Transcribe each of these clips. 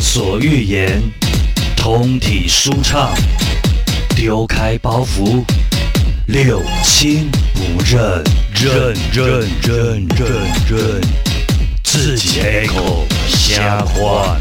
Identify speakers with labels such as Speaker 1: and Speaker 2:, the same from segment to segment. Speaker 1: 所欲言，通体舒畅，丢开包袱，六亲不认，认认认认认，自己开口瞎话。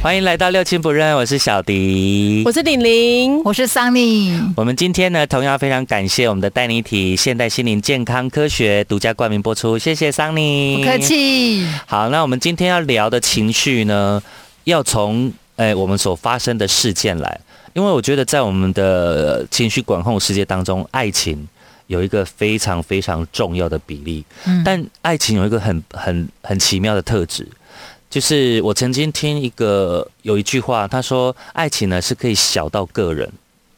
Speaker 2: 欢迎来到六亲不认，我是小迪。
Speaker 3: 我是玲玲，
Speaker 4: 我是桑尼，
Speaker 2: 我们今天呢，同样非常感谢我们的带你体现代心灵健康科学独家冠名播出，谢谢桑尼，
Speaker 4: 不客。气。
Speaker 2: 好，那我们今天要聊的情绪呢，要从诶、呃我们所发生的事件来，因为我觉得在我们的呃情绪管控世界当中，爱情有一个非常非常重要的比例，
Speaker 4: 嗯
Speaker 2: 但爱情有一个很很很奇妙的特质，就是我曾经听一个有一句话，他说爱情呢是可以小到个人。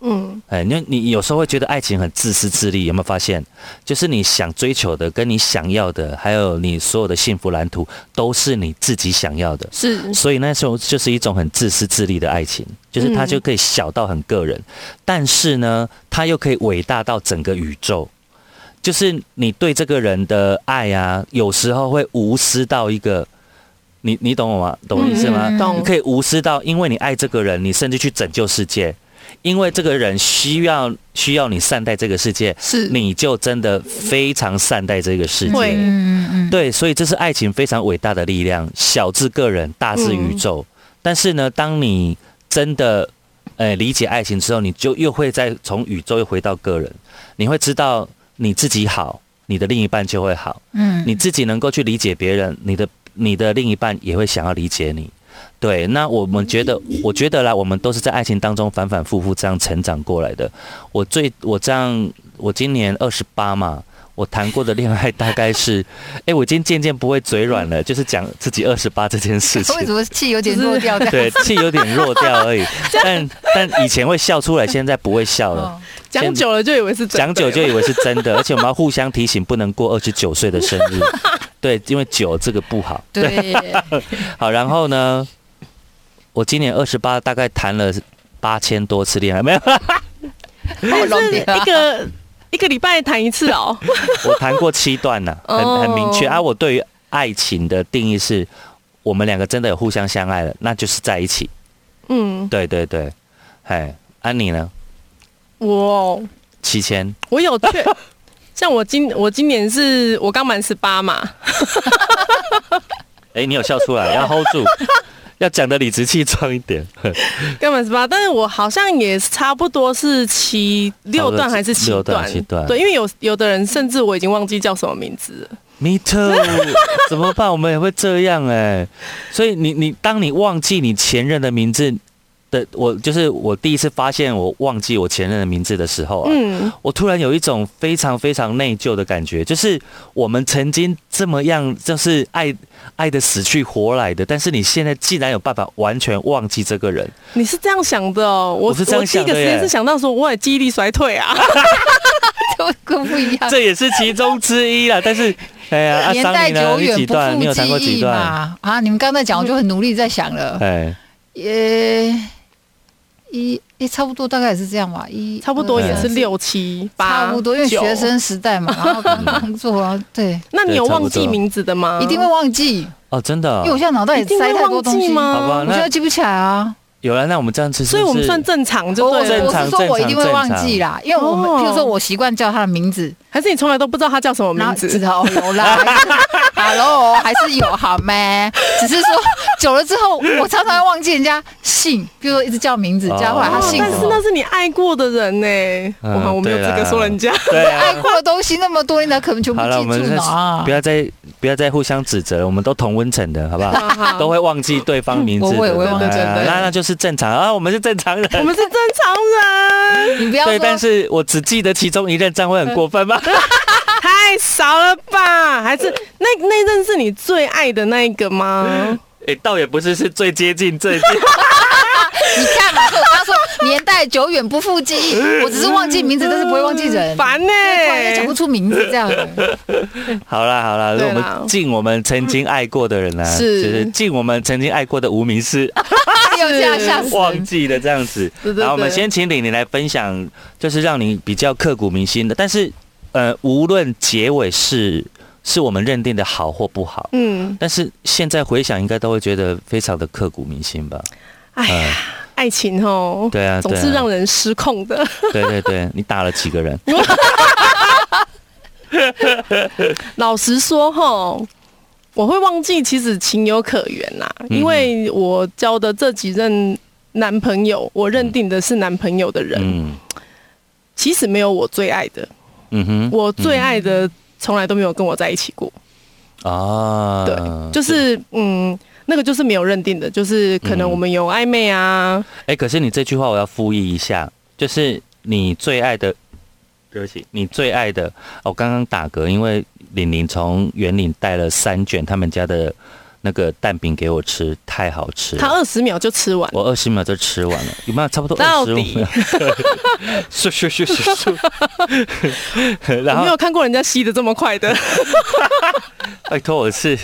Speaker 3: 嗯，
Speaker 2: 哎，你你有时候会觉得爱情很自私自利，有没有发现？就是你想追求的，跟你想要的，还有你所有的幸福蓝图，都是你自己想要的。
Speaker 3: 是
Speaker 2: 所以那时候就是一种很自私自利的爱情，就是
Speaker 3: 嗯
Speaker 2: 它就可以小到很个人，但是呢，它又可以伟大到整个宇宙。就是你对这个人的爱啊，有时候会无私到一个，你你懂我吗？懂我意思吗？
Speaker 4: 嗯
Speaker 3: 懂
Speaker 2: 你可以无私到，因为你爱这个人，你甚至去拯救世界，因为这个人需要需要你善待这个世界，
Speaker 3: 是
Speaker 2: 你就真的非常善待这个世
Speaker 3: 会
Speaker 2: 界。
Speaker 4: 嗯嗯嗯，
Speaker 2: 对，所以这是爱情非常伟大的力量，小至个人，大至宇宙。但是呢，当你真的呃理解爱情之后，你就又会再从宇宙又回到个人，你会知道你自己好，你的另一半就会好。
Speaker 4: 嗯
Speaker 2: 你自己能够去理解别人，你的你的另一半也会想要理解你。对，那我们觉得，我觉得啦，我们都是在爱情当中反反复复这样成长过来的。我最我这样，我今年二十八嘛，我谈过的恋爱大概是， 哎、我已经渐渐不会嘴软了，就是讲自己二十八这件事 情
Speaker 4: 为。什么气有点弱掉的？
Speaker 2: 对，气有点弱掉而已，但但以前会笑出来，现在不会笑了。
Speaker 4: 哦
Speaker 3: 讲久了就以为是真的
Speaker 2: 讲久就以为是真的，而且我们要互相提醒，不能过二十九岁的生日。对，因为酒这个不好。
Speaker 4: 对，
Speaker 2: 好，然后呢，我今年二十八，大概谈了八千多次恋爱，没有，
Speaker 4: 好
Speaker 3: 但
Speaker 4: 容
Speaker 3: 是
Speaker 4: 易
Speaker 3: 一个 一个礼拜谈一次哦，
Speaker 2: 我谈过七段呢、很很明确啊。我对于爱情的定义是，我们两个真的有互相相爱了，那就是在一起。
Speaker 3: 嗯，
Speaker 2: 对对对，哎，安、妮呢？
Speaker 3: 我
Speaker 2: 七千，
Speaker 3: 哦我有确， 像我今我今年是我刚满十八嘛，
Speaker 2: 哎，你有笑出来，要 hold 住，要讲的理直气壮一点。
Speaker 3: 刚满十八，但是我好像也差不多是七六段还是七
Speaker 2: 六
Speaker 3: 段，
Speaker 2: 段七段
Speaker 3: 对，因为有有的人甚至我已经忘记叫什么名字了，
Speaker 2: Me too，怎么办？我们也会这样哎、所以你你当你忘记你前任的名字的，我就是我第一次发现我忘记我前任的名字的时候啊，
Speaker 3: 嗯，
Speaker 2: 我突然有一种非常非常内疚的感觉，就是我们曾经这么样，就是爱爱的死去活来的，但是你现在竟然有办法完全忘记这个人，
Speaker 3: 你是这样想的哦，我
Speaker 2: 我是这样
Speaker 3: 我第一
Speaker 2: 想
Speaker 3: 个
Speaker 2: 的
Speaker 3: 时
Speaker 2: 耶
Speaker 3: 间是想到说我也记忆力衰退 啊，
Speaker 4: 都跟不一样。
Speaker 2: 这也是其中之一啦。但 是，哎呀，阿
Speaker 4: 啊年
Speaker 2: 桑
Speaker 4: 代
Speaker 2: 你呢？
Speaker 4: 久
Speaker 2: 你
Speaker 4: 远
Speaker 2: 几
Speaker 4: 不
Speaker 2: 段？你有谈
Speaker 4: 复
Speaker 2: 过
Speaker 4: 记
Speaker 2: 几
Speaker 4: 忆
Speaker 2: 段？
Speaker 4: 嘛？啊，你们刚才讲，我就很努力在想了。
Speaker 2: 哎，
Speaker 4: 也一一差不多，大概也是这样吧。一
Speaker 3: 差不多
Speaker 4: 二
Speaker 3: 也是
Speaker 4: 三四
Speaker 3: 六七八，
Speaker 4: 差不多，因为
Speaker 3: 九
Speaker 4: 学生时代嘛，然后刚工作啊，对，
Speaker 3: 那你
Speaker 2: 对
Speaker 3: 有
Speaker 2: 差不
Speaker 3: 忘记
Speaker 2: 多
Speaker 3: 名字的吗？
Speaker 4: 一定会忘记，
Speaker 2: 哦，真的哦、
Speaker 4: 因为我现在脑袋
Speaker 3: 嗯一
Speaker 4: 也
Speaker 3: 定
Speaker 4: 塞
Speaker 3: 会
Speaker 4: 太多
Speaker 3: 忘
Speaker 4: 东
Speaker 3: 记
Speaker 4: 西，
Speaker 3: 吗？
Speaker 2: 好吧
Speaker 4: 我现在记不起来啊。
Speaker 2: 有了，那我们这样子是不
Speaker 3: 所
Speaker 2: 是，哦
Speaker 3: 以我们算正常
Speaker 4: 我
Speaker 3: 就
Speaker 4: 哦我
Speaker 3: 对了，
Speaker 2: 正常
Speaker 4: 是说我一定会
Speaker 2: 正
Speaker 4: 忘
Speaker 2: 常
Speaker 4: 记啦，因为我们
Speaker 3: 哦
Speaker 4: 譬如说我习惯叫他的名字，
Speaker 3: 还是你从来都不知道他叫什么
Speaker 4: 然
Speaker 3: 名
Speaker 4: 后知
Speaker 3: 字？
Speaker 4: 道有 啦还是，Hello，还是有好咩？只是说久了之后，我常常会忘记人家姓，比如说一直叫名字，
Speaker 2: 哦
Speaker 4: 叫后来他姓
Speaker 3: 但
Speaker 4: 什
Speaker 3: 是
Speaker 4: 么。
Speaker 3: 那是你爱过的人呢，
Speaker 2: 嗯
Speaker 3: 我我没有资格说 人家。
Speaker 2: 对
Speaker 4: 爱
Speaker 2: 啊。
Speaker 4: 过的东西那么多，你哪可能全部
Speaker 2: 好了，我们
Speaker 4: 记住呢啊
Speaker 2: 不？要再不要再互相指责了，我们都同温层的，好不 好？都会忘记对方名字的，
Speaker 4: 我会我会忘记
Speaker 2: 哎
Speaker 4: 对对
Speaker 2: 那那就是正常啊，我们是正常人。
Speaker 3: 我们是正常人，
Speaker 4: 你不要
Speaker 2: 对，
Speaker 4: 说，
Speaker 2: 但是我只记得其中一任，这样会很过分 吗？
Speaker 3: 太少了吧？还是那那阵是你最爱的那一个吗？
Speaker 2: 哎，倒也不是，是最接近最近。
Speaker 4: 你看啊嘛，所以我刚说年代久远不复 记忆，我只是忘记名字，但是不会忘记 人。
Speaker 3: 嗯烦欸呢、
Speaker 4: 突然间讲不出名字这 样，哎
Speaker 2: 好啦好啦，
Speaker 3: 对
Speaker 2: 我
Speaker 3: 啦
Speaker 2: 们敬我们曾经爱过的人啊，
Speaker 3: 是
Speaker 2: 就是敬我们曾经爱过的无名 氏，
Speaker 4: 又这样吓死
Speaker 2: 忘
Speaker 4: 人。
Speaker 2: 记了这样子。
Speaker 3: 对对对
Speaker 2: 然后我们先请李玲来分享，就是让你比较刻骨铭心的，但是呃，无论结尾是是我们认定的好或不好。
Speaker 3: 嗯，
Speaker 2: 但是现在回想，应该都会觉得非常的刻骨铭心 吧？啊
Speaker 3: 哎呀，爱情哦，
Speaker 2: 呃对啊
Speaker 3: 总
Speaker 2: 对啊
Speaker 3: 是让人失控的。
Speaker 2: 对对对，你打了几 个人？
Speaker 3: 老实说吼，我会忘记，其实情有可原啦、
Speaker 2: 嗯
Speaker 3: 因为我交的这几任男朋友，我认定的是男朋友的人，
Speaker 2: 嗯
Speaker 3: 其实没有我最爱的，
Speaker 2: 嗯哼，
Speaker 3: 我最爱的从来都没有跟我在一起过。
Speaker 2: 啊，
Speaker 3: 对，就是嗯，那个就是没有认定的，就是可能
Speaker 2: 嗯
Speaker 3: 我们有暧昧啊，
Speaker 2: 哎，可是你这句话我要复议一下，就是你最爱的，对不起，你最爱的，我、刚刚打嗝，因为玲玲从园林带了三卷他们家的那个蛋饼给我吃，太好吃
Speaker 3: 他
Speaker 2: 了。
Speaker 3: 二十秒就吃完。
Speaker 2: 我二十秒就吃完了，有没有差不多
Speaker 3: 到
Speaker 2: 二十五
Speaker 3: 底
Speaker 2: 秒？咻咻咻咻咻！然
Speaker 3: 我没有
Speaker 2: 后
Speaker 3: 看过人家吸的这么快的，
Speaker 2: 拜托我是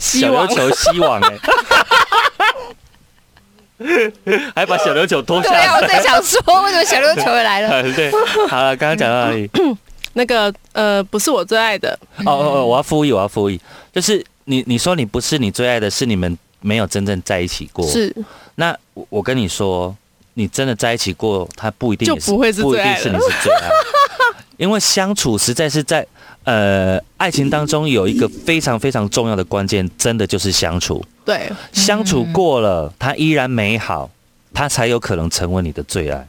Speaker 3: 吸
Speaker 2: 小
Speaker 3: 完
Speaker 2: 琉球西网哎、 还把小琉球拖下
Speaker 4: 对啊，
Speaker 2: 来。
Speaker 4: 我在想说，为什么小六球也 来了？
Speaker 2: 对，好了，刚刚讲到哪里？
Speaker 3: 那个呃，不是我最爱的，
Speaker 2: 哦哦，
Speaker 3: 嗯
Speaker 2: 哦，我要复议，我要复议，就是你你说你不是你最爱的，是你们没有真正在一起过。，
Speaker 3: 是
Speaker 2: 那我我跟你说，你真的在一起过，他不一定
Speaker 3: 就
Speaker 2: 也是
Speaker 3: 不会是
Speaker 2: 不一
Speaker 3: 最
Speaker 2: 定
Speaker 3: 爱
Speaker 2: 是你
Speaker 3: 了
Speaker 2: 是最 爱，因为相处实在是在呃爱情当中有一个非常非常重要的关键，真的就是相处。
Speaker 3: 对，
Speaker 2: 相处过了，它依然美好，它才有可能成为你的最爱。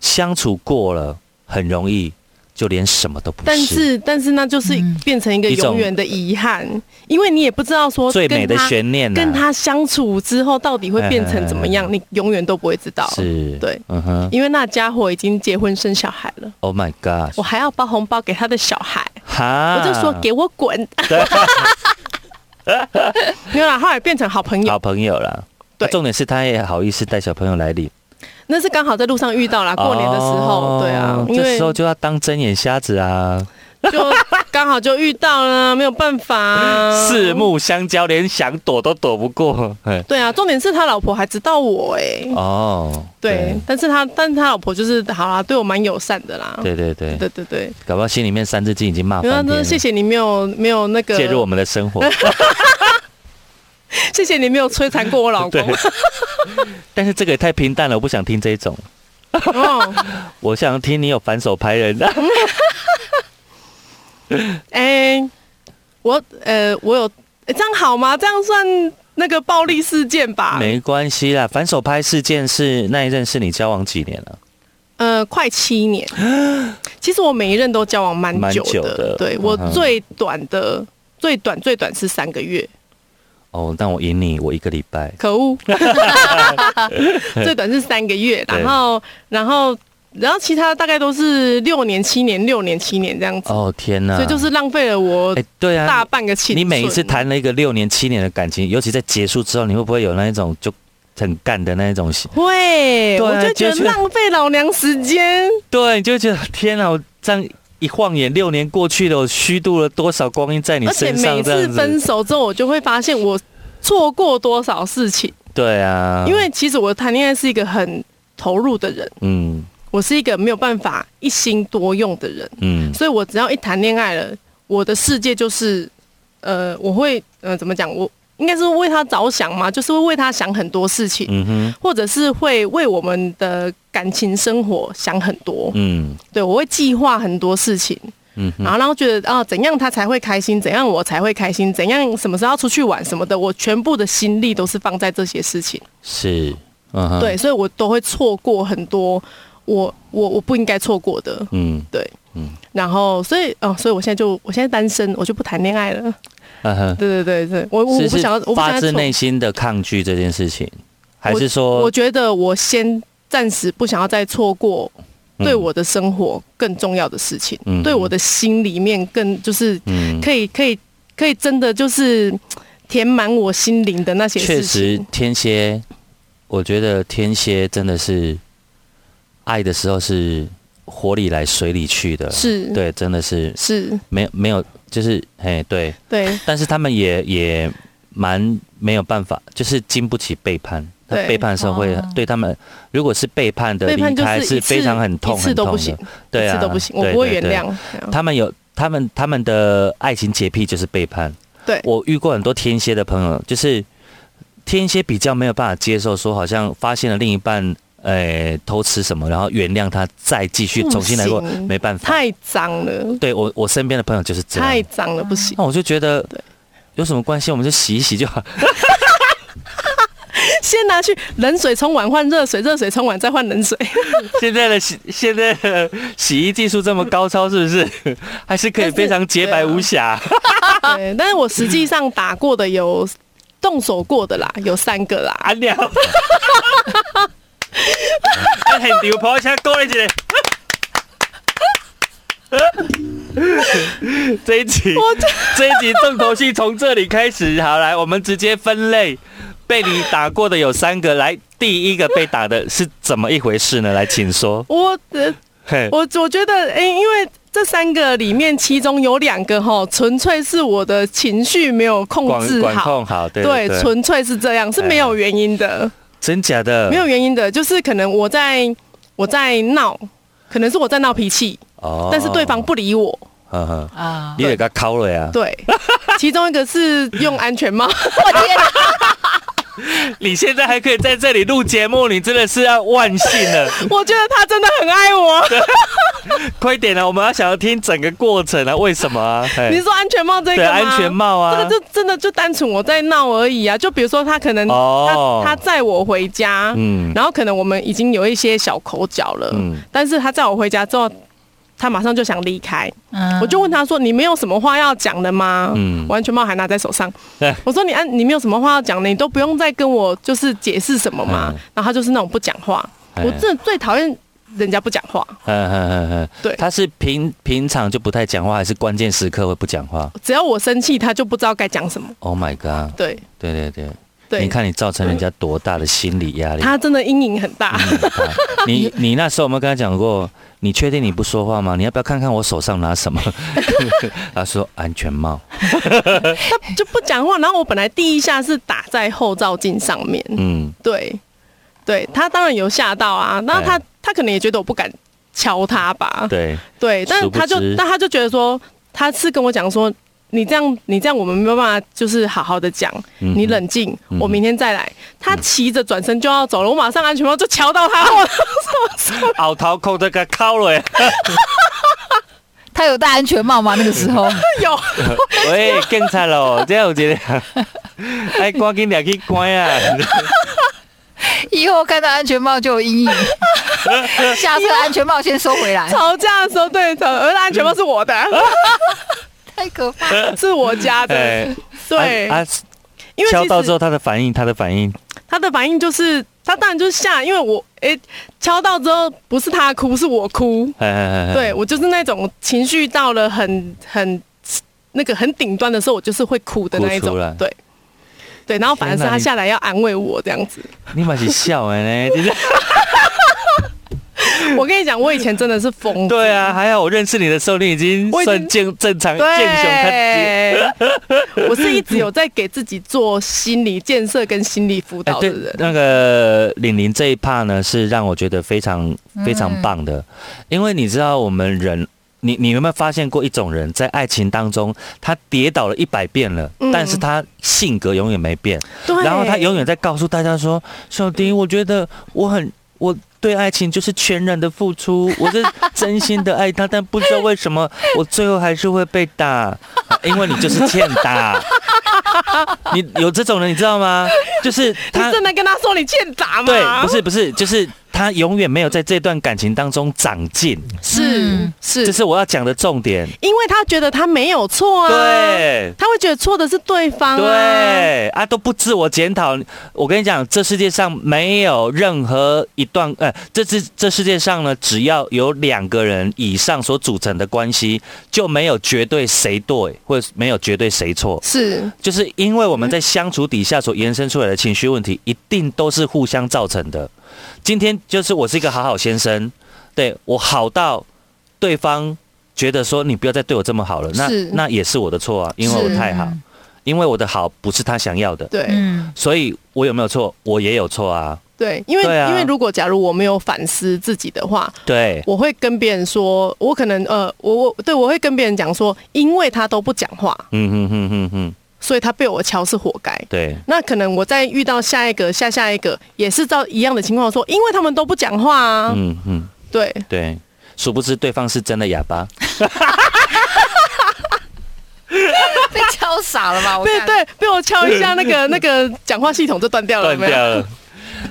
Speaker 2: 相处过了，很容易就连什么都不
Speaker 3: 但是但是那就是
Speaker 4: 嗯
Speaker 3: 变成一个
Speaker 2: 一种
Speaker 3: 永远的遗憾，因为你也不知道说
Speaker 2: 最美的
Speaker 3: 跟他
Speaker 2: 悬念、啊，
Speaker 3: 跟他相处之后到底会变成怎么
Speaker 2: 哎
Speaker 3: 样，你永远都不会知道。
Speaker 2: 是，
Speaker 3: 对，
Speaker 2: 嗯哼
Speaker 3: 因为那家伙已经结婚生小孩了，
Speaker 2: ，Oh my God，
Speaker 3: 我还要包红包给他的小孩，
Speaker 2: 哈
Speaker 3: 我就说给我滚！ 没有啦，后来变成好朋友
Speaker 2: 好，朋友啦。啊
Speaker 3: 对
Speaker 2: 那重点是他也好意思带小朋友来领。
Speaker 3: 那是刚好在路上遇到啦，啊过年的时候，
Speaker 2: 哦
Speaker 3: 对啊，因
Speaker 2: 这
Speaker 3: 为
Speaker 2: 时候就要当睁眼瞎子啊，
Speaker 3: 就刚好就遇到了，没有办法啊。
Speaker 2: 四目相交，连想躲都躲不过。嘿
Speaker 3: 对啊，重点是他老婆还知道我哎、
Speaker 2: 哦，
Speaker 3: 对，但是他但是他老婆就是好啦，对我蛮友善的啦。
Speaker 2: 对对对，
Speaker 3: 对对对，
Speaker 2: 搞不好心里面三字经已经骂
Speaker 3: 没有，
Speaker 2: 翻天
Speaker 3: 真的
Speaker 2: 了。
Speaker 3: 谢谢你没有没有那个
Speaker 2: 介入我，们的生 活，
Speaker 3: 谢谢你没有摧残过我 老
Speaker 2: 对
Speaker 3: 公。。
Speaker 2: 但是这个也太平淡了，我不想听这种，
Speaker 3: 哦，
Speaker 2: 我想听你有反手拍 人的。
Speaker 3: 哎、我呃我有、哎这样好吗？这样算那个暴力事件吧？
Speaker 2: 没关系啦，反手拍事件是那一任是你交往几年了？
Speaker 3: 呃，快七 年。其实我每一任都交往蛮
Speaker 2: 蛮
Speaker 3: 久的，
Speaker 2: 久的
Speaker 3: 对
Speaker 2: 嗯
Speaker 3: 我
Speaker 2: 哼
Speaker 3: 最短的、最短最短是三个月，
Speaker 2: 哦，那我赢你，我一个礼拜。
Speaker 3: 可恶， 最短是三个月，
Speaker 2: 对
Speaker 3: 然后然后然后其他大概都是六年、七年、六年、七年这样子，
Speaker 2: 哦天哪！
Speaker 3: 所以就是浪费了我
Speaker 2: 哎、对啊，
Speaker 3: 大半个青春。
Speaker 2: 你每一次谈了一个六年、七年的感情，尤其在结束之后，你会不会有那一种就很干的那一种心？
Speaker 3: 会，
Speaker 2: 对啊
Speaker 3: 我就觉得
Speaker 2: 就是
Speaker 3: 浪费老娘时间。
Speaker 2: 对，你就会觉得天啊，我这样一晃眼六年过去了，我虚度了多少光阴在你
Speaker 3: 而且
Speaker 2: 身
Speaker 3: 每
Speaker 2: 上？这
Speaker 3: 次
Speaker 2: 样
Speaker 3: 分
Speaker 2: 子，
Speaker 3: 手之后，我就会发现我错过多少事情。
Speaker 2: 对啊，
Speaker 3: 因为其实我谈恋爱是一个很投入的人，
Speaker 2: 嗯
Speaker 3: 我是一个没有办法一心多用的人，
Speaker 2: 嗯
Speaker 3: 所以我只要一谈恋爱了，我的世界就是，呃，我会，呃，怎么讲？我应该是为他着想嘛，就是会为他想很多事情，
Speaker 2: 嗯哼
Speaker 3: 或者是会为我们的感情生活想很多。
Speaker 2: 嗯
Speaker 3: 对我会计划很多事情，
Speaker 2: 嗯
Speaker 3: 然
Speaker 2: 哼，
Speaker 3: 后让他觉得啊，怎样他才会开心，怎样我才会开心，怎样什么时候要出去玩什么的，我全部的心力都是放在这些事情。
Speaker 2: 是，嗯哼，
Speaker 3: 对，，所以我都会错过很多我我我不应该错过的。
Speaker 2: 嗯
Speaker 3: 对，
Speaker 2: 嗯
Speaker 3: 然后所以哦、所以我现在就我现在单身，我就不谈恋爱了。
Speaker 2: 嗯哼，
Speaker 3: 对对对对，我我我
Speaker 2: 是
Speaker 3: 不
Speaker 2: 是
Speaker 3: 想要，我不想
Speaker 2: 发
Speaker 3: 要
Speaker 2: 自内
Speaker 3: 错。
Speaker 2: 心的抗拒这件事情，还是
Speaker 3: 我
Speaker 2: 说
Speaker 3: 觉得我先暂时不想要再错过对
Speaker 2: 嗯
Speaker 3: 我的生活更重要的事情，
Speaker 2: 嗯
Speaker 3: 对我的心里面更就是
Speaker 2: 嗯
Speaker 3: 可以可以可以真的就是填满我心灵的那些
Speaker 2: 确
Speaker 3: 事
Speaker 2: 实
Speaker 3: 情。
Speaker 2: 天蝎，我觉得天蝎真的是爱的时候是火里来水里去的，
Speaker 3: 是
Speaker 2: 对，真的是
Speaker 3: 是，
Speaker 2: 没有没有，就是哎对，
Speaker 3: 对
Speaker 2: 但是他们也也蛮没有办法，就是经不起背叛。他
Speaker 3: 对
Speaker 2: 背叛的时候会
Speaker 4: 哦
Speaker 2: 对他们，如果是背叛的
Speaker 3: 背
Speaker 2: 离
Speaker 3: 叛就
Speaker 2: 开
Speaker 3: 一次
Speaker 2: 非常很痛
Speaker 3: 一次
Speaker 2: 很
Speaker 3: 都
Speaker 2: 痛
Speaker 3: 不行
Speaker 2: 的，，对啊，
Speaker 3: 一次都不行，我
Speaker 2: 对
Speaker 3: 不会
Speaker 2: 对
Speaker 3: 原
Speaker 2: 对
Speaker 3: 谅。对啊
Speaker 2: 他们有他们他们的爱情洁癖就是背叛。
Speaker 3: 对
Speaker 2: 我遇过很多天蝎的朋友，就是天蝎比较没有办法接受，说好像发现了另一半，诶、偷吃什么，然后原谅他，再继续重新来过
Speaker 3: 不，行
Speaker 2: 没办法。
Speaker 3: 太脏了，
Speaker 2: 对啊我我身边的朋友就是这
Speaker 3: 太
Speaker 2: 样，
Speaker 3: 脏了，不行。
Speaker 2: 那我就觉得
Speaker 3: 对
Speaker 2: 有什么关系，我们就洗一洗就好。
Speaker 3: 先拿去冷水冲完，换热水，热水冲完再换冷水。
Speaker 2: 现在的洗现在的洗衣技术这么高超，是不是？还是可以非常洁
Speaker 3: 啊
Speaker 2: 白无瑕？
Speaker 3: 对，但是我实际上打过的有动手过的啦，有三个啦。
Speaker 2: 啊了，啊很牛，跑一下勾了一下。 这一集， 这一集重头戏从这里开始。好，来，我们直接分类，被你打过的有三个。来，第一个被打的是怎么一回事呢？来，请说。
Speaker 3: 我的
Speaker 2: 嘿，
Speaker 3: 我我觉得，哎、因为这三个里面，其中有两个哈，纯粹是我的情绪没有控
Speaker 2: 管
Speaker 3: 制
Speaker 2: 管
Speaker 3: 好。
Speaker 2: 控好，对
Speaker 3: 对
Speaker 2: 对，哎嗯对，
Speaker 3: 纯粹是这样，是没有原因的，
Speaker 2: 真假的
Speaker 3: 没有原因的，就是可能我在我在闹，可能是我在闹脾气，
Speaker 2: 哦
Speaker 3: 但是对方，不理我。
Speaker 2: 呵呵
Speaker 4: 啊！
Speaker 2: 你也给他敲了呀？
Speaker 3: 对， 其中一个是用安全帽，
Speaker 4: 我天哪，
Speaker 2: 你现在还可以在这里录节目，你真的是要万幸了。
Speaker 3: 我觉得他真的很爱我。
Speaker 2: 快点啊！我们要想要听整个过程啊，为什么 啊？嘿
Speaker 3: 你是说安全帽这
Speaker 2: 对
Speaker 3: 个吗？
Speaker 2: 安全帽啊，
Speaker 3: 这个就真的就单纯我在闹而已啊。就比如说他可能他、
Speaker 2: 哦
Speaker 3: 他载我回家，
Speaker 2: 嗯
Speaker 3: 然后可能我们已经有一些小口角了，
Speaker 2: 嗯
Speaker 3: 但是他载我回家之后。他马上就想离开，
Speaker 4: 嗯
Speaker 3: 我就问他说：“你没有什么话要讲的吗？”
Speaker 2: 嗯
Speaker 3: 我安全帽还拿在手上
Speaker 2: 对，
Speaker 3: 我说：“你安，你没有什么话要讲的，你都不用再跟我就是解释什么嘛。
Speaker 2: 嗯
Speaker 3: 然后他就是那种不讲话，
Speaker 2: 哎
Speaker 3: 我真的最讨厌人家不讲话，
Speaker 2: 嗯嗯嗯嗯，
Speaker 3: 对
Speaker 2: 他是平平常就不太讲话，还是关键时刻会不讲话
Speaker 3: 只要我生气，他就不知道该讲什么。
Speaker 2: ？Oh my god！
Speaker 3: 对
Speaker 2: 对对对，
Speaker 3: 对，
Speaker 2: 你看你造成人家多大的心理压力？
Speaker 3: 他真的阴影很大。
Speaker 2: 你你那时候有没有跟他讲过？你确定你不说话吗？你要不要看看我手上拿什 么？ 他说安全帽。嗯
Speaker 3: 他 就不讲话。然后我本来第一下是打在后照镜上面，
Speaker 2: 嗯，
Speaker 3: 对，对他当然有吓到啊。然后他
Speaker 2: 哎
Speaker 3: 他可能也觉得我不敢敲他吧，
Speaker 2: 对，
Speaker 3: 对，但是
Speaker 2: 殊不
Speaker 3: 他就
Speaker 2: 知
Speaker 3: 但他就觉得说，他是跟我讲说，你这样你这样我们没有办法，就是好好的讲，
Speaker 2: 嗯
Speaker 3: 你冷静，
Speaker 2: 嗯哼嗯
Speaker 3: 我明天再来。他骑着转身就要走了，我马上安全帽就敲到 他，我
Speaker 2: 后头扣这个扣了。
Speaker 4: 他有戴安全帽吗？那个时候
Speaker 3: 有
Speaker 2: 喂，警察 咯，这有一个，哎，赶紧掠去关 啊！
Speaker 4: 以后看到安全帽就有 阴影，下次安全帽先收回来，
Speaker 3: 吵架的时候，对，而安全帽 是我的，
Speaker 4: 太可怕了。
Speaker 3: 是我家的，
Speaker 2: 哎，
Speaker 3: 对，
Speaker 2: 啊，啊
Speaker 3: 因为
Speaker 2: 敲
Speaker 3: 其
Speaker 2: 到
Speaker 3: 实
Speaker 2: 之后他的反应，他的反应，
Speaker 3: 他的反应就是，他当然就是吓，因为我诶、敲到之后不是他哭，是我哭。
Speaker 2: 哎哎哎，
Speaker 3: 对我就是那种情绪到了很很那个很顶端的时候，我就是会哭的那一
Speaker 2: 哭
Speaker 3: 种
Speaker 2: 出来。
Speaker 3: 对对，然后反而是
Speaker 2: 天哪
Speaker 3: 他
Speaker 2: 你
Speaker 3: 下来要安慰我这样子。
Speaker 2: 你嘛是笑的呢， 你这
Speaker 3: 我跟你讲，我以前真的是疯子。
Speaker 2: 对啊，还好我认识你的时候，你已经
Speaker 3: 我已经
Speaker 2: 算正正常健雄他。哎
Speaker 3: 对，我是一直有在给自己做心理建设跟心理辅
Speaker 2: 哎
Speaker 3: 导
Speaker 2: 对
Speaker 3: 的人，。
Speaker 2: 那个玲玲这一趴呢，是让我觉得非常
Speaker 3: 嗯
Speaker 2: 非常棒的，因为你知道我们人，你你有没有发现过一种人，在爱情当中，他跌倒了一百遍了，
Speaker 3: 嗯
Speaker 2: 但是他性格永远没变，
Speaker 3: 对，
Speaker 2: 然后他永远在告诉大家说：“小迪，我觉得我很我对爱情就是全然的付 出，我是真心的爱他，但不知道为什么我最后还是会被 打，因为你就是欠打。你有这种人，你知道吗？就是
Speaker 3: 你
Speaker 2: 他
Speaker 3: 真的跟他说你欠打吗？
Speaker 2: 对，不是不是，就是他永远没有在这段感情当中长进，
Speaker 3: 是
Speaker 4: 嗯
Speaker 3: 是，
Speaker 2: 这是我要讲的重点。
Speaker 3: 因为他觉得他没有错啊，，
Speaker 2: 对。”
Speaker 3: 他会觉得错的是对方、啊，，
Speaker 2: 对啊，都不自我检讨。我跟你讲，这世界上没有任何一段，呃，这这这世界上呢，只要有两个人以上所组成的关系，就没有绝对谁对，或者没有绝对谁错。
Speaker 3: 是
Speaker 2: 就是因为我们在相处底下所延伸出来的情绪问题，一定都是互相造成的。今天就是我是一个好好先生，对我好到对方觉得说你不要再对我这么好了，那
Speaker 3: 是
Speaker 2: 那也是我的错啊，因为我太好，因为我的好不是他想要的，
Speaker 3: 对，
Speaker 4: 嗯，
Speaker 2: 所以我有没有错？我也有错啊。
Speaker 3: 对，因为、
Speaker 2: 对啊
Speaker 3: 因为如果假如我没有反思自己的话，
Speaker 2: 对，
Speaker 3: 我会跟别人说，我可能呃，我我对我会跟别人讲说，因为他都不讲话，
Speaker 2: 嗯哼哼哼哼，
Speaker 3: 所以他被我敲是活该。
Speaker 2: 对，
Speaker 3: 那可能我再遇到下一个、下下一个，也是照一样的情况说，因为他们都不讲话啊，
Speaker 2: 嗯嗯
Speaker 3: 对，
Speaker 2: 对，殊不知对方是真的哑巴，
Speaker 4: 被敲傻了吧？我
Speaker 3: 被
Speaker 4: 看
Speaker 3: 对被我敲一下 那个那个讲话系统就断掉了，
Speaker 2: 断
Speaker 3: 有没有？
Speaker 2: 掉了。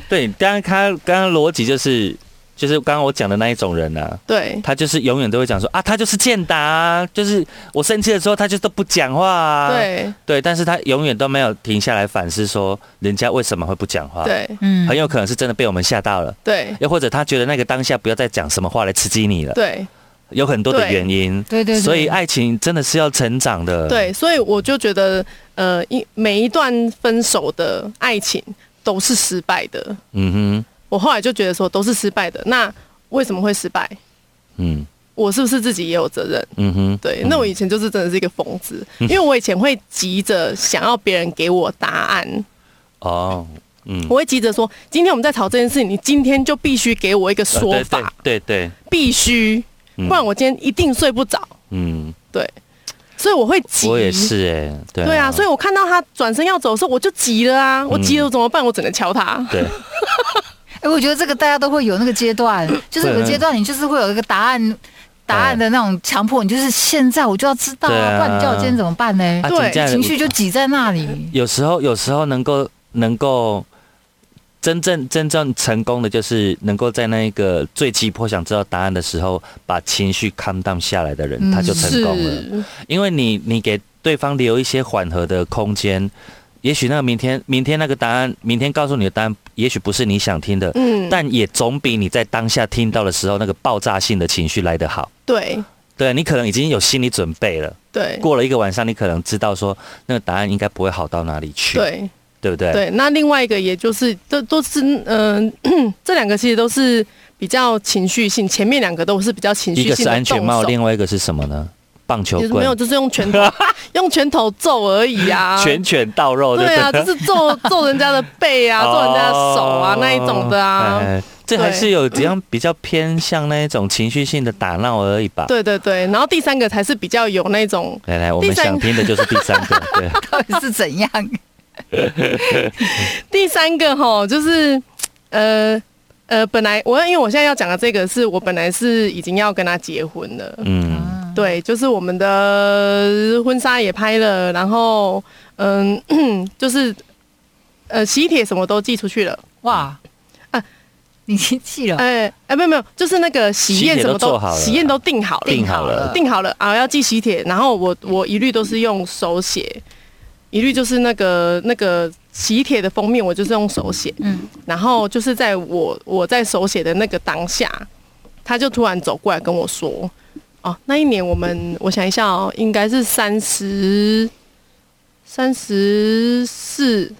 Speaker 2: 对，当然他刚刚逻辑就是就是刚刚我讲的那一种人啊，
Speaker 3: 对
Speaker 2: 他就是永远都会讲说啊，他就是健达、啊，就是我生气的时候他就都不讲话、啊，
Speaker 3: 对
Speaker 2: 对，但是他永远都没有停下来反思说人家为什么会不讲话，，
Speaker 3: 对
Speaker 4: 嗯
Speaker 2: 很有可能是真的被我们吓到了。
Speaker 3: 对
Speaker 2: 又或者他觉得那个当下不要再讲什么话来刺激你了，
Speaker 3: 对
Speaker 2: 有很多的
Speaker 3: 对
Speaker 2: 原因，
Speaker 4: 对对对
Speaker 2: 所以爱情真的是要成长的，
Speaker 3: 对，所以我就觉得，呃，一每一段分手的爱情都是失败的。
Speaker 2: 嗯
Speaker 3: 我后来就觉得说，都是失败的。那为什么会失败？
Speaker 2: 哼，嗯
Speaker 3: 我是不是自己也有责任？
Speaker 2: 嗯哼，
Speaker 3: 对，那我以前就是真的是一个疯子，因为我以前会急着想要别人给我答
Speaker 2: 嗯
Speaker 3: 案，
Speaker 2: 哦，嗯，
Speaker 3: 我会急着说，今天我们在讨这件事情，你今天就必须给我一个
Speaker 2: 呃
Speaker 3: 说法，，
Speaker 2: 对对对对，
Speaker 3: 必须，
Speaker 2: 嗯
Speaker 3: 不然我今天一定睡不着。
Speaker 2: 嗯，
Speaker 3: 对，所以我会急。
Speaker 2: 我也。是哎，对嗯
Speaker 3: 对啊，所以我看到他转身要走的时候，我就急了啊！我急了怎么办？我只能敲他。
Speaker 2: 对，
Speaker 4: 哎，我觉得这个大家都会有那个 阶段，就是有个阶段你就是会有一个答案。答案的那种强迫，你就是现在我就要知道
Speaker 2: 对
Speaker 4: 啊，
Speaker 2: 啊
Speaker 4: 不然你叫我今天怎么办呢？
Speaker 2: 啊
Speaker 3: 对
Speaker 2: 真的
Speaker 4: 情绪就挤在那里。
Speaker 2: 有时候有时候能够能够。真正真正成功的，就是能够在那一个最急迫想知道答案的时候，把情绪 calm down 下来的人，
Speaker 4: 嗯
Speaker 2: 他就成
Speaker 3: 是，
Speaker 2: 功了。因为你你给对方留一些缓和的空间，也许那个明天明天那个答案，明天告诉你的答案，也许不是你想听的，
Speaker 3: 嗯，
Speaker 2: 但也总比你在当下听到的时候那个爆炸性的情绪来得好。
Speaker 3: 对
Speaker 2: 对啊你可能已经有心理准备了，
Speaker 3: 对
Speaker 2: 过了一个晚上，你可能知道说那个答案应该不会好到哪里去，
Speaker 3: 对
Speaker 2: 对不对？
Speaker 3: 对。那另外一个，也就是都都是嗯、 这两个其实都是比较情绪性，前面两个都是比较情绪
Speaker 2: 一
Speaker 3: 性的
Speaker 2: 个是安全帽，
Speaker 3: 动手
Speaker 2: 另外一个是什么呢？棒球
Speaker 3: 就是没有，
Speaker 2: 棍，
Speaker 3: 就是 用拳头用拳头揍而已啊。
Speaker 2: 拳拳到肉，对不
Speaker 3: 对
Speaker 2: 对
Speaker 3: 啊，就 是揍揍人家的背啊，揍人家的手啊、
Speaker 2: 哦
Speaker 3: 那一种的啊。
Speaker 2: 哎这还是有怎样比较偏向那一种情绪性的打闹而已吧？
Speaker 3: 对对对，然后第三个才是比较有那种，
Speaker 2: 来来，我
Speaker 3: 第
Speaker 2: 们
Speaker 3: 三
Speaker 2: 想听的就是第三 个，对，
Speaker 4: 到底 是怎样？
Speaker 3: 第三个哈，就是呃呃，本来我因为我现在要讲的这个是我本来是已经要跟他结婚了，
Speaker 2: 嗯，
Speaker 3: 对，就是我们的婚纱也拍了，然后嗯， 就是呃喜帖什么都寄出去了，
Speaker 4: 哇，啊，你先记了，
Speaker 3: 哎哎没有没有，就是那个喜
Speaker 2: 喜
Speaker 3: 宴
Speaker 2: 帖
Speaker 3: 什么
Speaker 2: 都做
Speaker 3: 都
Speaker 2: 好了
Speaker 3: 喜宴都订好了，
Speaker 2: 定好了，
Speaker 3: 定好了啊，要寄喜帖，然后我我一律都是用手写，一律就是那个那个喜帖的封面，我就是用手写，
Speaker 4: 嗯，
Speaker 3: 然后就是在我我在手写的那个当下，他就突然走过来跟我说，哦，那一年我们我想一下哦，应该是三十三十四、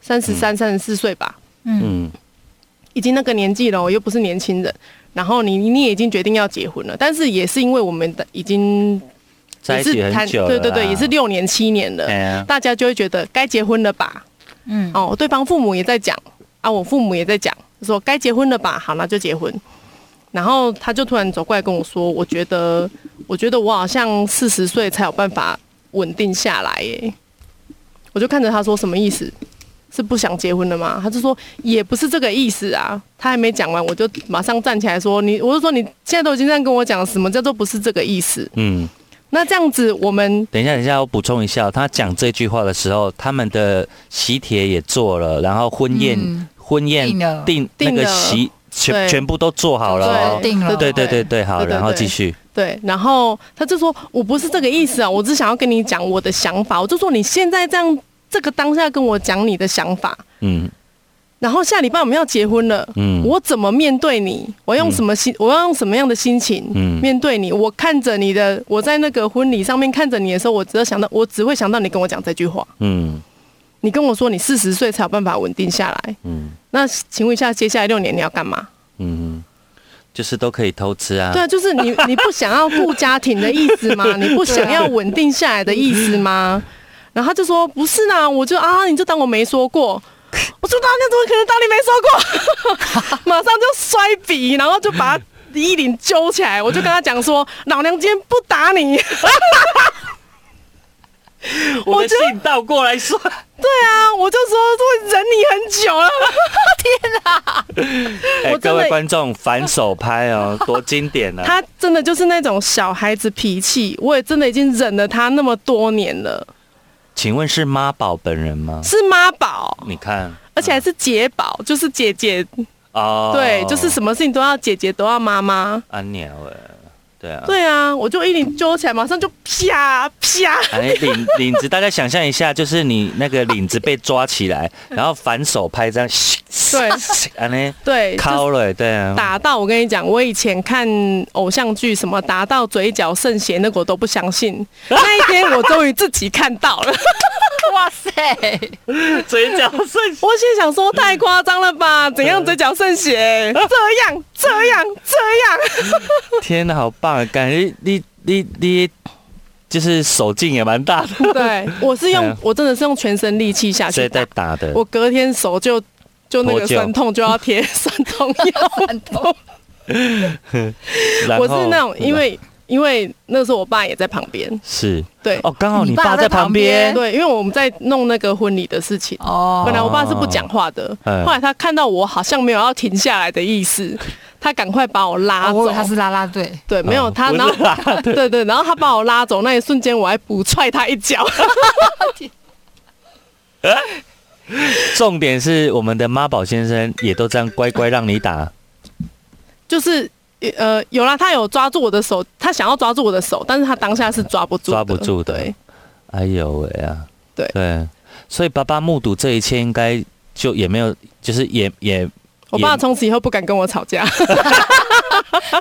Speaker 3: 三十三、三十四岁吧，
Speaker 2: 嗯，
Speaker 3: 已经那个年纪了，我又不是年轻人。然后你你也已经决定要结婚了，但是也是因为我们的已经
Speaker 2: 在
Speaker 3: 也
Speaker 2: 一起
Speaker 3: 是
Speaker 2: 很
Speaker 3: 谈
Speaker 2: 久了
Speaker 3: 对
Speaker 2: 啦，
Speaker 3: 对对，也是六年七年了，
Speaker 2: 哎呀，
Speaker 3: 大家就会觉得该结婚了吧？
Speaker 4: 嗯，
Speaker 3: 哦，对方父母也在讲啊，我父母也在讲，说该结婚了吧？好，那就结婚。然后他就突然走过来跟我说：“我觉得，我觉得我好像四十岁才有办法稳定下来。”耶。我就看着他说：“什么意思？是不想结婚了吗？”他就说：“也不是这个意思啊。”他还没讲完，我就马上站起来说：“你，我就说你现在都已经这样跟我讲了，什么叫做不是这个意思？
Speaker 2: 嗯，
Speaker 3: 那这样子我们
Speaker 2: 等一下，等一下，我补充一下，他讲这句话的时候，他们的喜帖也做了，然后婚宴
Speaker 4: 嗯
Speaker 2: 婚宴
Speaker 4: 定了
Speaker 2: 定那
Speaker 3: 定
Speaker 2: 个
Speaker 3: 了
Speaker 2: 席全
Speaker 3: 对
Speaker 2: 全部都做好了哦，
Speaker 4: 定了
Speaker 2: 对对对对，好，
Speaker 3: 对对
Speaker 2: 然后
Speaker 3: 对
Speaker 2: 继续，
Speaker 3: 对，然后他就说：“我不是这个意思啊，我只想要跟你讲我的想法。”我就说：“你现在这样，这个当下跟我讲你的想法，
Speaker 2: 嗯
Speaker 3: 然后下礼拜我们要结婚了，
Speaker 2: 嗯，
Speaker 3: 我怎么面对你？我用什么心？我要用什么样的心情、
Speaker 2: 嗯
Speaker 3: 面对你？我看着你的，我在那个婚礼上面看着你的时候，我只要想到，我只会想到你跟我讲这句话。
Speaker 2: 嗯
Speaker 3: 你跟我说你四十岁才有办法稳定下来，
Speaker 2: 嗯
Speaker 3: 那请问一下，接下来六年你要干嘛？
Speaker 2: 嗯，就是都可以偷吃啊，
Speaker 3: 对啊，就是你 你不想要顾家庭的意 思吗？你不想要稳啊定下来的意思吗？然后他就说不是啦，我就啊，你就当我没说过。我说大家怎么可能当你没说 过？马上就摔笔，然后就把他衣领揪起来，我就跟他 讲说，老娘今天不打你。
Speaker 2: 我
Speaker 3: 我
Speaker 2: 的
Speaker 3: 觉得
Speaker 2: 信倒过来说，
Speaker 3: 对啊，我就说会忍你很久 了。
Speaker 2: 哎、
Speaker 3: 我真的
Speaker 2: 各位观众反手拍哦，多经典啊！
Speaker 3: 他真的就是那种小孩子脾气，我也真的已经忍了他那么多年了，
Speaker 2: 请问是妈宝本人吗？
Speaker 3: 是妈宝，
Speaker 2: 你看，
Speaker 3: 而且还是姐宝，就是姐姐，
Speaker 2: 哦，
Speaker 3: 对，就是什么事情都要姐姐，都要妈妈。
Speaker 2: 安鸟哎，对啊，
Speaker 3: 对啊，我就一领揪起来，马上就啪啪。
Speaker 2: 哎，领领子，大家想象一下，就是你那个领子被抓起 来，然后反手拍这样，哎
Speaker 3: 对，
Speaker 2: 安呢，
Speaker 3: 对，就是
Speaker 2: 敲了，对啊，
Speaker 3: 打到我跟你讲，我以前看偶像剧什么打到嘴角渗血那个我都不相 信，那一天我终于自己看到了，
Speaker 4: 哇塞，
Speaker 2: 嘴角渗血，
Speaker 3: 我心想说太夸张了吧？怎样嘴角渗 血？这样这样这样，
Speaker 2: 天哪，好棒啊！感觉你你你就是手劲也蛮 大的，
Speaker 3: 对我是
Speaker 2: 哎
Speaker 3: 用
Speaker 2: 呀
Speaker 3: 我真的是用全身力气下
Speaker 2: 所
Speaker 3: 去
Speaker 2: 以在
Speaker 3: 打，
Speaker 2: 打的。
Speaker 3: 我隔天手就就那
Speaker 2: 脱
Speaker 3: 个
Speaker 2: 臼
Speaker 3: 酸痛就要贴酸痛药，
Speaker 4: 很痛，
Speaker 2: 然后
Speaker 3: 我是那种因为因为那时候我爸也在旁边，
Speaker 2: 是
Speaker 3: 对
Speaker 2: 哦，哎刚好你
Speaker 4: 你爸
Speaker 2: 爸
Speaker 4: 在
Speaker 2: 在旁
Speaker 4: 旁边
Speaker 2: 边，
Speaker 3: 对，因为我们在弄那个婚礼的事情。
Speaker 4: 哦
Speaker 3: 本来我爸是不讲话的，
Speaker 2: 嗯
Speaker 3: 后来他看到我好像没有要停下来的意思， 他赶快把我拉
Speaker 4: 哦
Speaker 3: 走。
Speaker 4: 我以为他是啦啦队，
Speaker 3: 对，没有
Speaker 2: 哦
Speaker 3: 他，
Speaker 2: 不
Speaker 3: 然
Speaker 2: 是啦
Speaker 3: 后 对对，然后他把我拉走那一瞬间，我还补踹他一脚。
Speaker 2: 重点是我们的妈宝先生也都这样乖乖让你打，
Speaker 3: 就是呃，有啦，他有抓住我的手，他想要抓住我的手，但是他当下是抓不住的，
Speaker 2: 抓不住的
Speaker 3: 对，
Speaker 2: 哎呦喂啊！
Speaker 3: 对
Speaker 2: 对，所以爸爸目睹这一切，应该就也没有，就是也也
Speaker 3: 我爸从此以后不敢跟我吵架。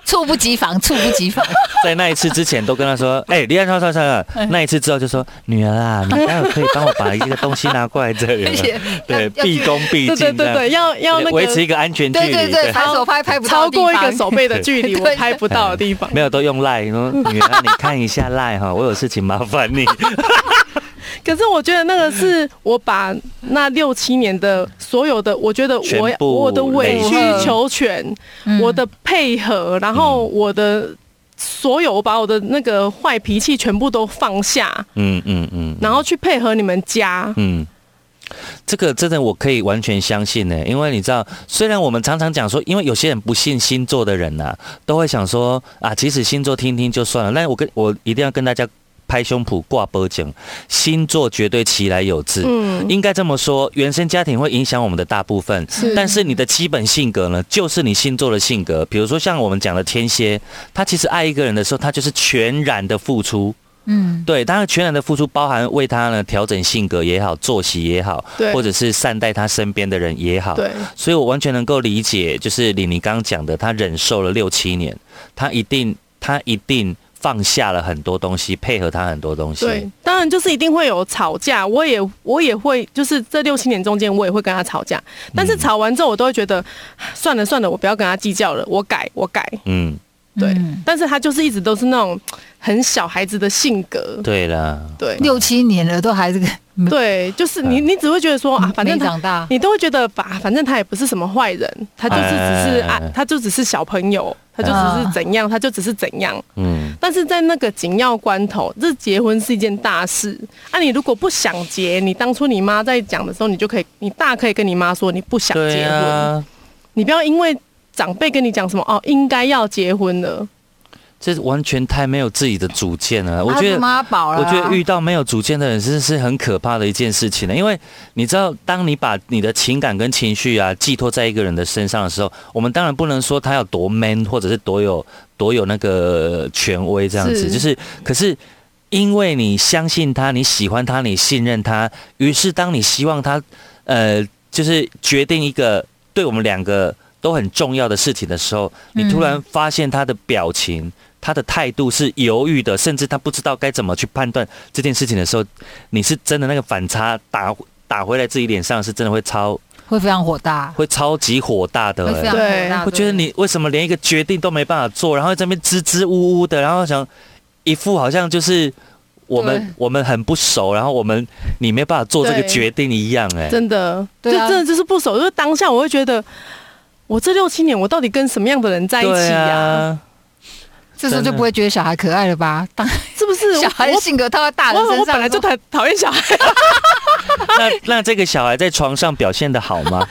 Speaker 4: 猝不及防，猝不 及防，
Speaker 2: 在那一次之前都跟他说：“哎、李安超超超了。”那一次之后就说：“女儿啊，你待会可以帮我把一个东西拿过来这里 吗
Speaker 3: 啊
Speaker 4: 而且
Speaker 2: 对，毕恭毕
Speaker 3: 对
Speaker 2: 敬这样，
Speaker 3: 对对对，要要那
Speaker 2: 维持
Speaker 3: 个
Speaker 2: 一个安全距
Speaker 4: 对
Speaker 2: 离。
Speaker 4: 对对，反手拍拍不到
Speaker 3: 超
Speaker 4: 的地方
Speaker 3: 过一个手背的距 离，
Speaker 4: 对
Speaker 3: 我拍不到的地方。
Speaker 2: 没有都用赖，说女儿啊你看一下赖哈，我有事情麻烦你。
Speaker 3: 可是我觉得那个是我把那六七年的所有的，我觉得我
Speaker 2: 全部
Speaker 3: 我的委曲
Speaker 4: 累积
Speaker 3: 求全，
Speaker 4: 嗯
Speaker 3: 我的配合，然后
Speaker 2: 嗯
Speaker 3: 我的所有，我把我的那个坏脾气全部都放下，
Speaker 2: 嗯嗯嗯
Speaker 3: 然后去配合你们家。
Speaker 2: 嗯，这个真的我可以完全相信呢、因为你知道，虽然我们常常讲说，因为有些人不信星座的人呐、啊都会想说啊，即使星座听听就算了，但是我跟我一定要跟大家拍胸脯挂脖颈，星座绝对其来有自。
Speaker 3: 嗯，
Speaker 2: 应该这么说，原生家庭会影响我们的大部分，但是你的基本性格呢，就是你星座的性格。比如说像我们讲的天蝎，他其实爱一个人的时候，他就是全然的付出。
Speaker 4: 嗯，
Speaker 2: 对，当然全然的付出包含为他呢调整性格也好，作息也好，
Speaker 3: 对
Speaker 2: 或者是善待他身边的人也好。
Speaker 3: 对，
Speaker 2: 所以我完全能够理解，就是李宁刚刚讲的，他忍受了六七年，他一定他一定放下了很多东西，配合他很多东西。
Speaker 3: 对，当然就是一定会有吵架，我也我也会，就是这六七年中间，我也会跟他吵架，但是吵完之后，我都会觉得算了算了，我不要跟他计较了，我改我改。
Speaker 2: 嗯，
Speaker 3: 对，
Speaker 4: 嗯
Speaker 3: 但是他就是一直都是那种很小孩子的性格，
Speaker 2: 对啦，
Speaker 3: 对
Speaker 4: 六七年了都还是个没
Speaker 3: 对，就是你你只会觉得说啊，反正
Speaker 4: 没
Speaker 3: 他。
Speaker 4: 长大，
Speaker 3: 你都会觉得吧，反正他也不是什么坏人，他就是只是啊
Speaker 2: 哎，
Speaker 3: 他就只是小朋友，他就只是怎样，他就只是怎样。
Speaker 2: 嗯，
Speaker 3: 但是在那个紧要关头，这结婚是一件大事啊！你如果不想结，你当初你妈在讲的时候，你就可以，你大可以跟你妈说你不想
Speaker 2: 对
Speaker 3: 结婚，
Speaker 2: 啊，
Speaker 3: 你不要因为长辈跟你讲什么哦，应该要结婚了，
Speaker 2: 这完全太没有自己的主见了。我
Speaker 4: 他
Speaker 2: 觉
Speaker 4: 是
Speaker 2: 得
Speaker 4: 妈宝了，
Speaker 2: 我觉得遇到没有主见的人，真的是很可怕的一件事情呢。因为你知道，当你把你的情感跟情绪啊寄托在一个人的身上的时候，我们当然不能说他有多 man，或者是多有多有那个权威这样子。
Speaker 3: 是
Speaker 2: 就是，可是因为你相信他，你喜欢他，你信任他，于是当你希望他，呃，就是决定一个对我们两个都很重要的事情的时候，你突然发现他的表情。他的态度是犹豫的，甚至他不知道该怎么去判断这件事情的时候，你是真的那个反差打打回来自己脸上，是真的会超
Speaker 4: 会非常火大，
Speaker 2: 会超级火大的、
Speaker 4: 会非
Speaker 2: 欸
Speaker 4: 常。火大。
Speaker 2: 我觉得你为什么连一个决定都没办法做，然后在那边支支吾吾的，然后想一副好像就是我们
Speaker 4: 对
Speaker 2: 我们很不熟，然后我们你没办法做这个
Speaker 3: 对
Speaker 2: 决定一样、哎，
Speaker 3: 真的，就
Speaker 4: 对啊
Speaker 3: 真的就是不熟，就是当下我会觉得，我这六七年我到底跟什么样的人在一
Speaker 2: 对
Speaker 3: 起呀、
Speaker 2: 啊，
Speaker 4: 这时候就不会觉得小孩可爱了吧？当
Speaker 3: 是不是？
Speaker 4: 小孩的
Speaker 3: 我
Speaker 4: 性格套在大人
Speaker 3: 我
Speaker 4: 身
Speaker 3: 我
Speaker 4: 上
Speaker 3: 本来
Speaker 4: 的时
Speaker 3: 就
Speaker 4: 候，
Speaker 3: 讨讨厌小孩，
Speaker 2: 那那这个小孩在床上表现的好吗？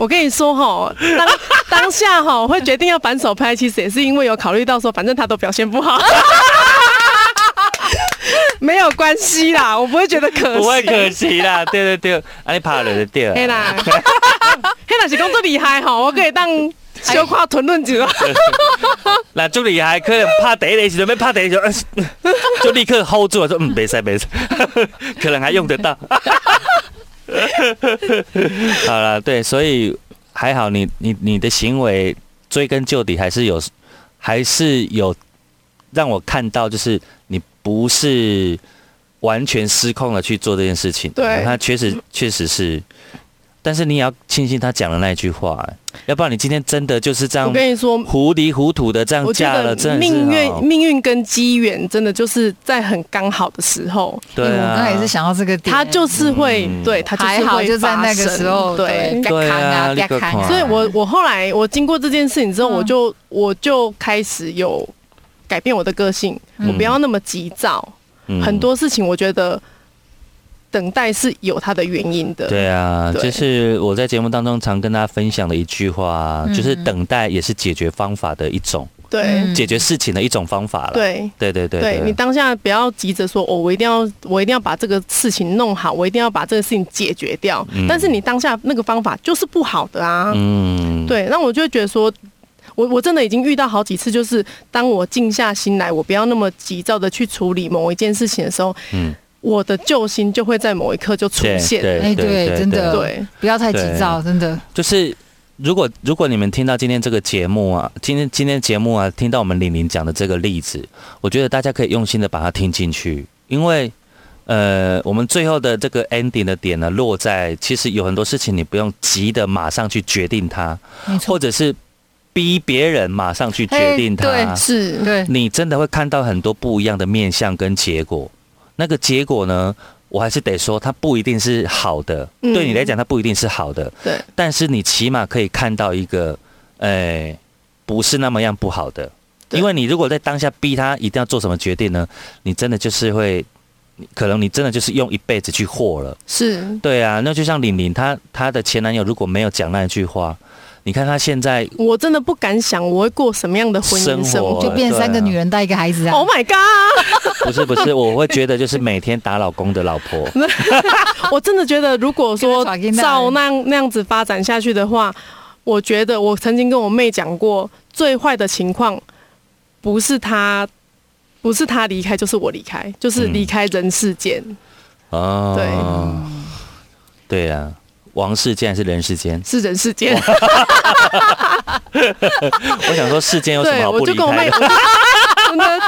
Speaker 3: 我跟你说哈，当当下哈会决定要反手拍，其实也是因为有考虑到说，反正他都表现不好。 没有关系啦，我不会觉得可惜。
Speaker 2: 不会可惜啦，对对对，啊，你怕人的对
Speaker 3: 嘿
Speaker 2: 啊，
Speaker 3: 啦， 嘿啦是工作厉害哈，我可以当小跨屯论者。
Speaker 2: 那助理还可能怕第一个时准备怕第一个时候，呃 就立刻 hold 住了，说嗯，没事没事， 可能还用得到。 好了，对，所以还好你你你的行为追根究底还是有，还是有让我看到，就是你不是完全失控的去做这件事情。
Speaker 3: 对
Speaker 2: 他确实确实是，但是你也要庆幸他讲了那一句话、要不然你今天真的就是这样
Speaker 3: 我跟你说，
Speaker 2: 糊里糊涂的这样
Speaker 3: 我觉
Speaker 2: 嫁了，
Speaker 3: 得
Speaker 2: 真的是
Speaker 3: 命
Speaker 2: 哦
Speaker 3: 运命运跟机缘真的就是在很刚好的时候，
Speaker 2: 对
Speaker 4: 嗯
Speaker 2: 啊，
Speaker 4: 我刚才也是想到这个点，
Speaker 3: 它就是会、
Speaker 2: 嗯
Speaker 3: 对它就是
Speaker 4: 还
Speaker 3: 会
Speaker 4: 好就在那
Speaker 3: 发
Speaker 4: 个
Speaker 3: 生
Speaker 4: 时候，
Speaker 3: 对。
Speaker 2: 对啊
Speaker 4: 啊，
Speaker 2: 立刻看
Speaker 3: 所以我我后来我经过这件事情之后，
Speaker 4: 嗯
Speaker 3: 我就我就开始有改变我的个性，
Speaker 2: 嗯
Speaker 3: 我不要那么急躁。
Speaker 2: 嗯
Speaker 3: 很多事情我觉得等待是有它的原因的。
Speaker 2: 对啊，
Speaker 3: 对
Speaker 2: 就是我在节目当中常跟大家分享的一句话啊，
Speaker 4: 嗯
Speaker 2: 就是等待也是解决方法的一种，
Speaker 3: 对、
Speaker 4: 嗯
Speaker 2: 解决事情的一种方法了。
Speaker 3: 对。
Speaker 2: 对对对
Speaker 3: 对你
Speaker 2: 对，
Speaker 3: 当下不要急着说，哦，我一定要，我一定要把这个事情弄好，我一定要把这个事情解决掉。
Speaker 2: 嗯
Speaker 3: 但是你当下那个方法就是不好的啊。
Speaker 2: 嗯，
Speaker 3: 对，那我就会觉得说，我我真的已经遇到好几次，就是当我静下心来，我不要那么急躁的去处理某一件事情的时候，
Speaker 2: 嗯
Speaker 3: 我的救星就会在某一刻就出
Speaker 2: 对，
Speaker 3: 现。
Speaker 2: 对
Speaker 4: 哎
Speaker 2: 对
Speaker 4: 对
Speaker 2: 对
Speaker 4: 真的
Speaker 2: 对
Speaker 3: 对
Speaker 4: 不要太急躁，真的。
Speaker 2: 就是如果如果你们听到今天这个节目啊，今天今天节目啊，听到我们玲玲讲的这个例子，我觉得大家可以用心的把它听进去，因为呃，我们最后的这个 ending 的点呢，落在其实有很多事情你不用急的马上去决定它，
Speaker 4: 没错
Speaker 2: 或者是逼别人马上去决定它，
Speaker 4: 哎对
Speaker 3: 是，
Speaker 4: 对，
Speaker 2: 你真的会看到很多不一样的面相跟结果。那个结果呢，我还是得说，它不一定是好的，
Speaker 3: 嗯
Speaker 2: 对你来讲，它不一定是好的。
Speaker 3: 对，
Speaker 2: 但是你起码可以看到一个，诶、不是那么样不好的。
Speaker 3: 对
Speaker 2: 因为你如果在当下逼他一定要做什么决定呢，你真的就是会，你可能你真的就是用一辈子去活了。
Speaker 3: 是
Speaker 2: 对啊，那就像玲玲，她她的前男友如果没有讲那一句话，你看她现在
Speaker 3: 我真的不敢想我会过什么样的婚
Speaker 2: 生
Speaker 3: 姻
Speaker 2: 活
Speaker 3: 生活。
Speaker 4: 就变三个女人带一个孩子啊
Speaker 3: Oh，my god！
Speaker 2: 不是不是，我会觉得就是每天打老公的老 婆，
Speaker 3: 我真的觉得，如果说
Speaker 4: 跟着耍囡仔
Speaker 3: 照那样那样子发展下去的话，我觉得我曾经跟我妹讲过，最坏的情况不是她，不是她离开，就是我离开，就是离开人世间。
Speaker 4: 嗯
Speaker 2: 哦，对，对啊，王世坚还是人世间？
Speaker 3: 是人世 间，
Speaker 2: 我想说世间有什么
Speaker 3: 对，
Speaker 2: 好
Speaker 3: 我
Speaker 2: 不
Speaker 3: 就
Speaker 2: 离
Speaker 3: 跟我
Speaker 2: 开
Speaker 3: 妹，
Speaker 2: 的？
Speaker 3: 我真的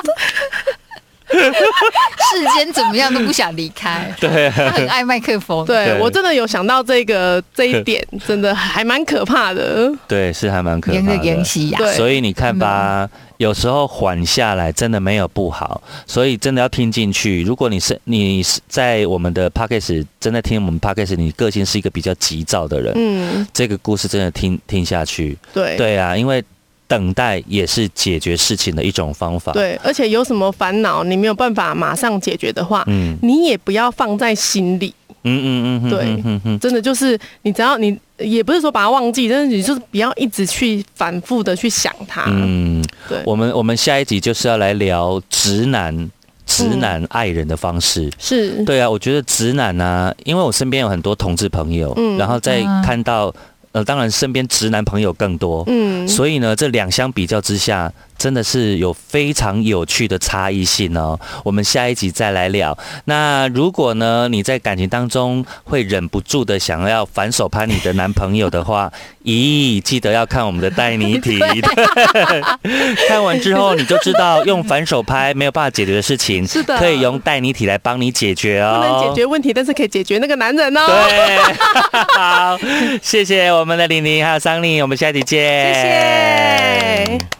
Speaker 4: 世间怎么样都不想离 开，
Speaker 2: 对啊，
Speaker 4: 他很爱麦克风，
Speaker 3: 对
Speaker 2: 对
Speaker 3: 我真的有想到这个这一点，真的还蛮可怕的。
Speaker 2: 对，是还蛮可
Speaker 4: 沿
Speaker 2: 怕
Speaker 4: 着
Speaker 2: 的。
Speaker 4: 沿袭呀，
Speaker 3: 对
Speaker 2: 所以你看吧，有时候缓下来真的没有不好，所以真的要听进去。如果你是你是在我们的 p a c k a g e 正在听我们 p a c k a g e 你个性是一个比较急躁的人，
Speaker 3: 嗯，
Speaker 2: 这个故事真的听听下去。
Speaker 3: 对
Speaker 2: 对啊，因为等待也是解决事情的一种方法。，
Speaker 3: 对而且有什么烦恼你没有办法马上解决的话，
Speaker 2: 嗯
Speaker 3: 你也不要放在心里。
Speaker 2: 嗯嗯嗯，
Speaker 3: 对
Speaker 2: 嗯嗯嗯
Speaker 3: 真的就是你只要你也不是说把它忘记，但是你就是不要一直去反复的去想它。
Speaker 2: 嗯，
Speaker 3: 啊对，
Speaker 2: 我们我们下一集就是要来聊直男直
Speaker 3: 嗯
Speaker 2: 男爱人的方式。
Speaker 3: 是
Speaker 2: 对啊，我觉得直男啊，因为我身边有很多同志朋友，
Speaker 3: 嗯
Speaker 2: 然后再
Speaker 4: 嗯
Speaker 2: 看到呃，当然身边直男朋友更多，
Speaker 3: 嗯，
Speaker 2: 所以呢，这两相比较之下，真的是有非常有趣的差异性哦。我们下一集再来聊。那如果呢，你在感情当中会忍不住的想要反手拍你的男朋友的 话，咦，记得要看我们的带你体。看完之后你就知道，用反手拍没有办法解决的事情，
Speaker 3: 是的
Speaker 2: 可以用带你体来帮你解决
Speaker 3: 不
Speaker 2: 哦。
Speaker 3: 能解决问题，但是可以解决那个男人哦。
Speaker 2: 对， 好，谢谢我们的玲玲还有桑尼，我们下期见。
Speaker 3: 谢谢。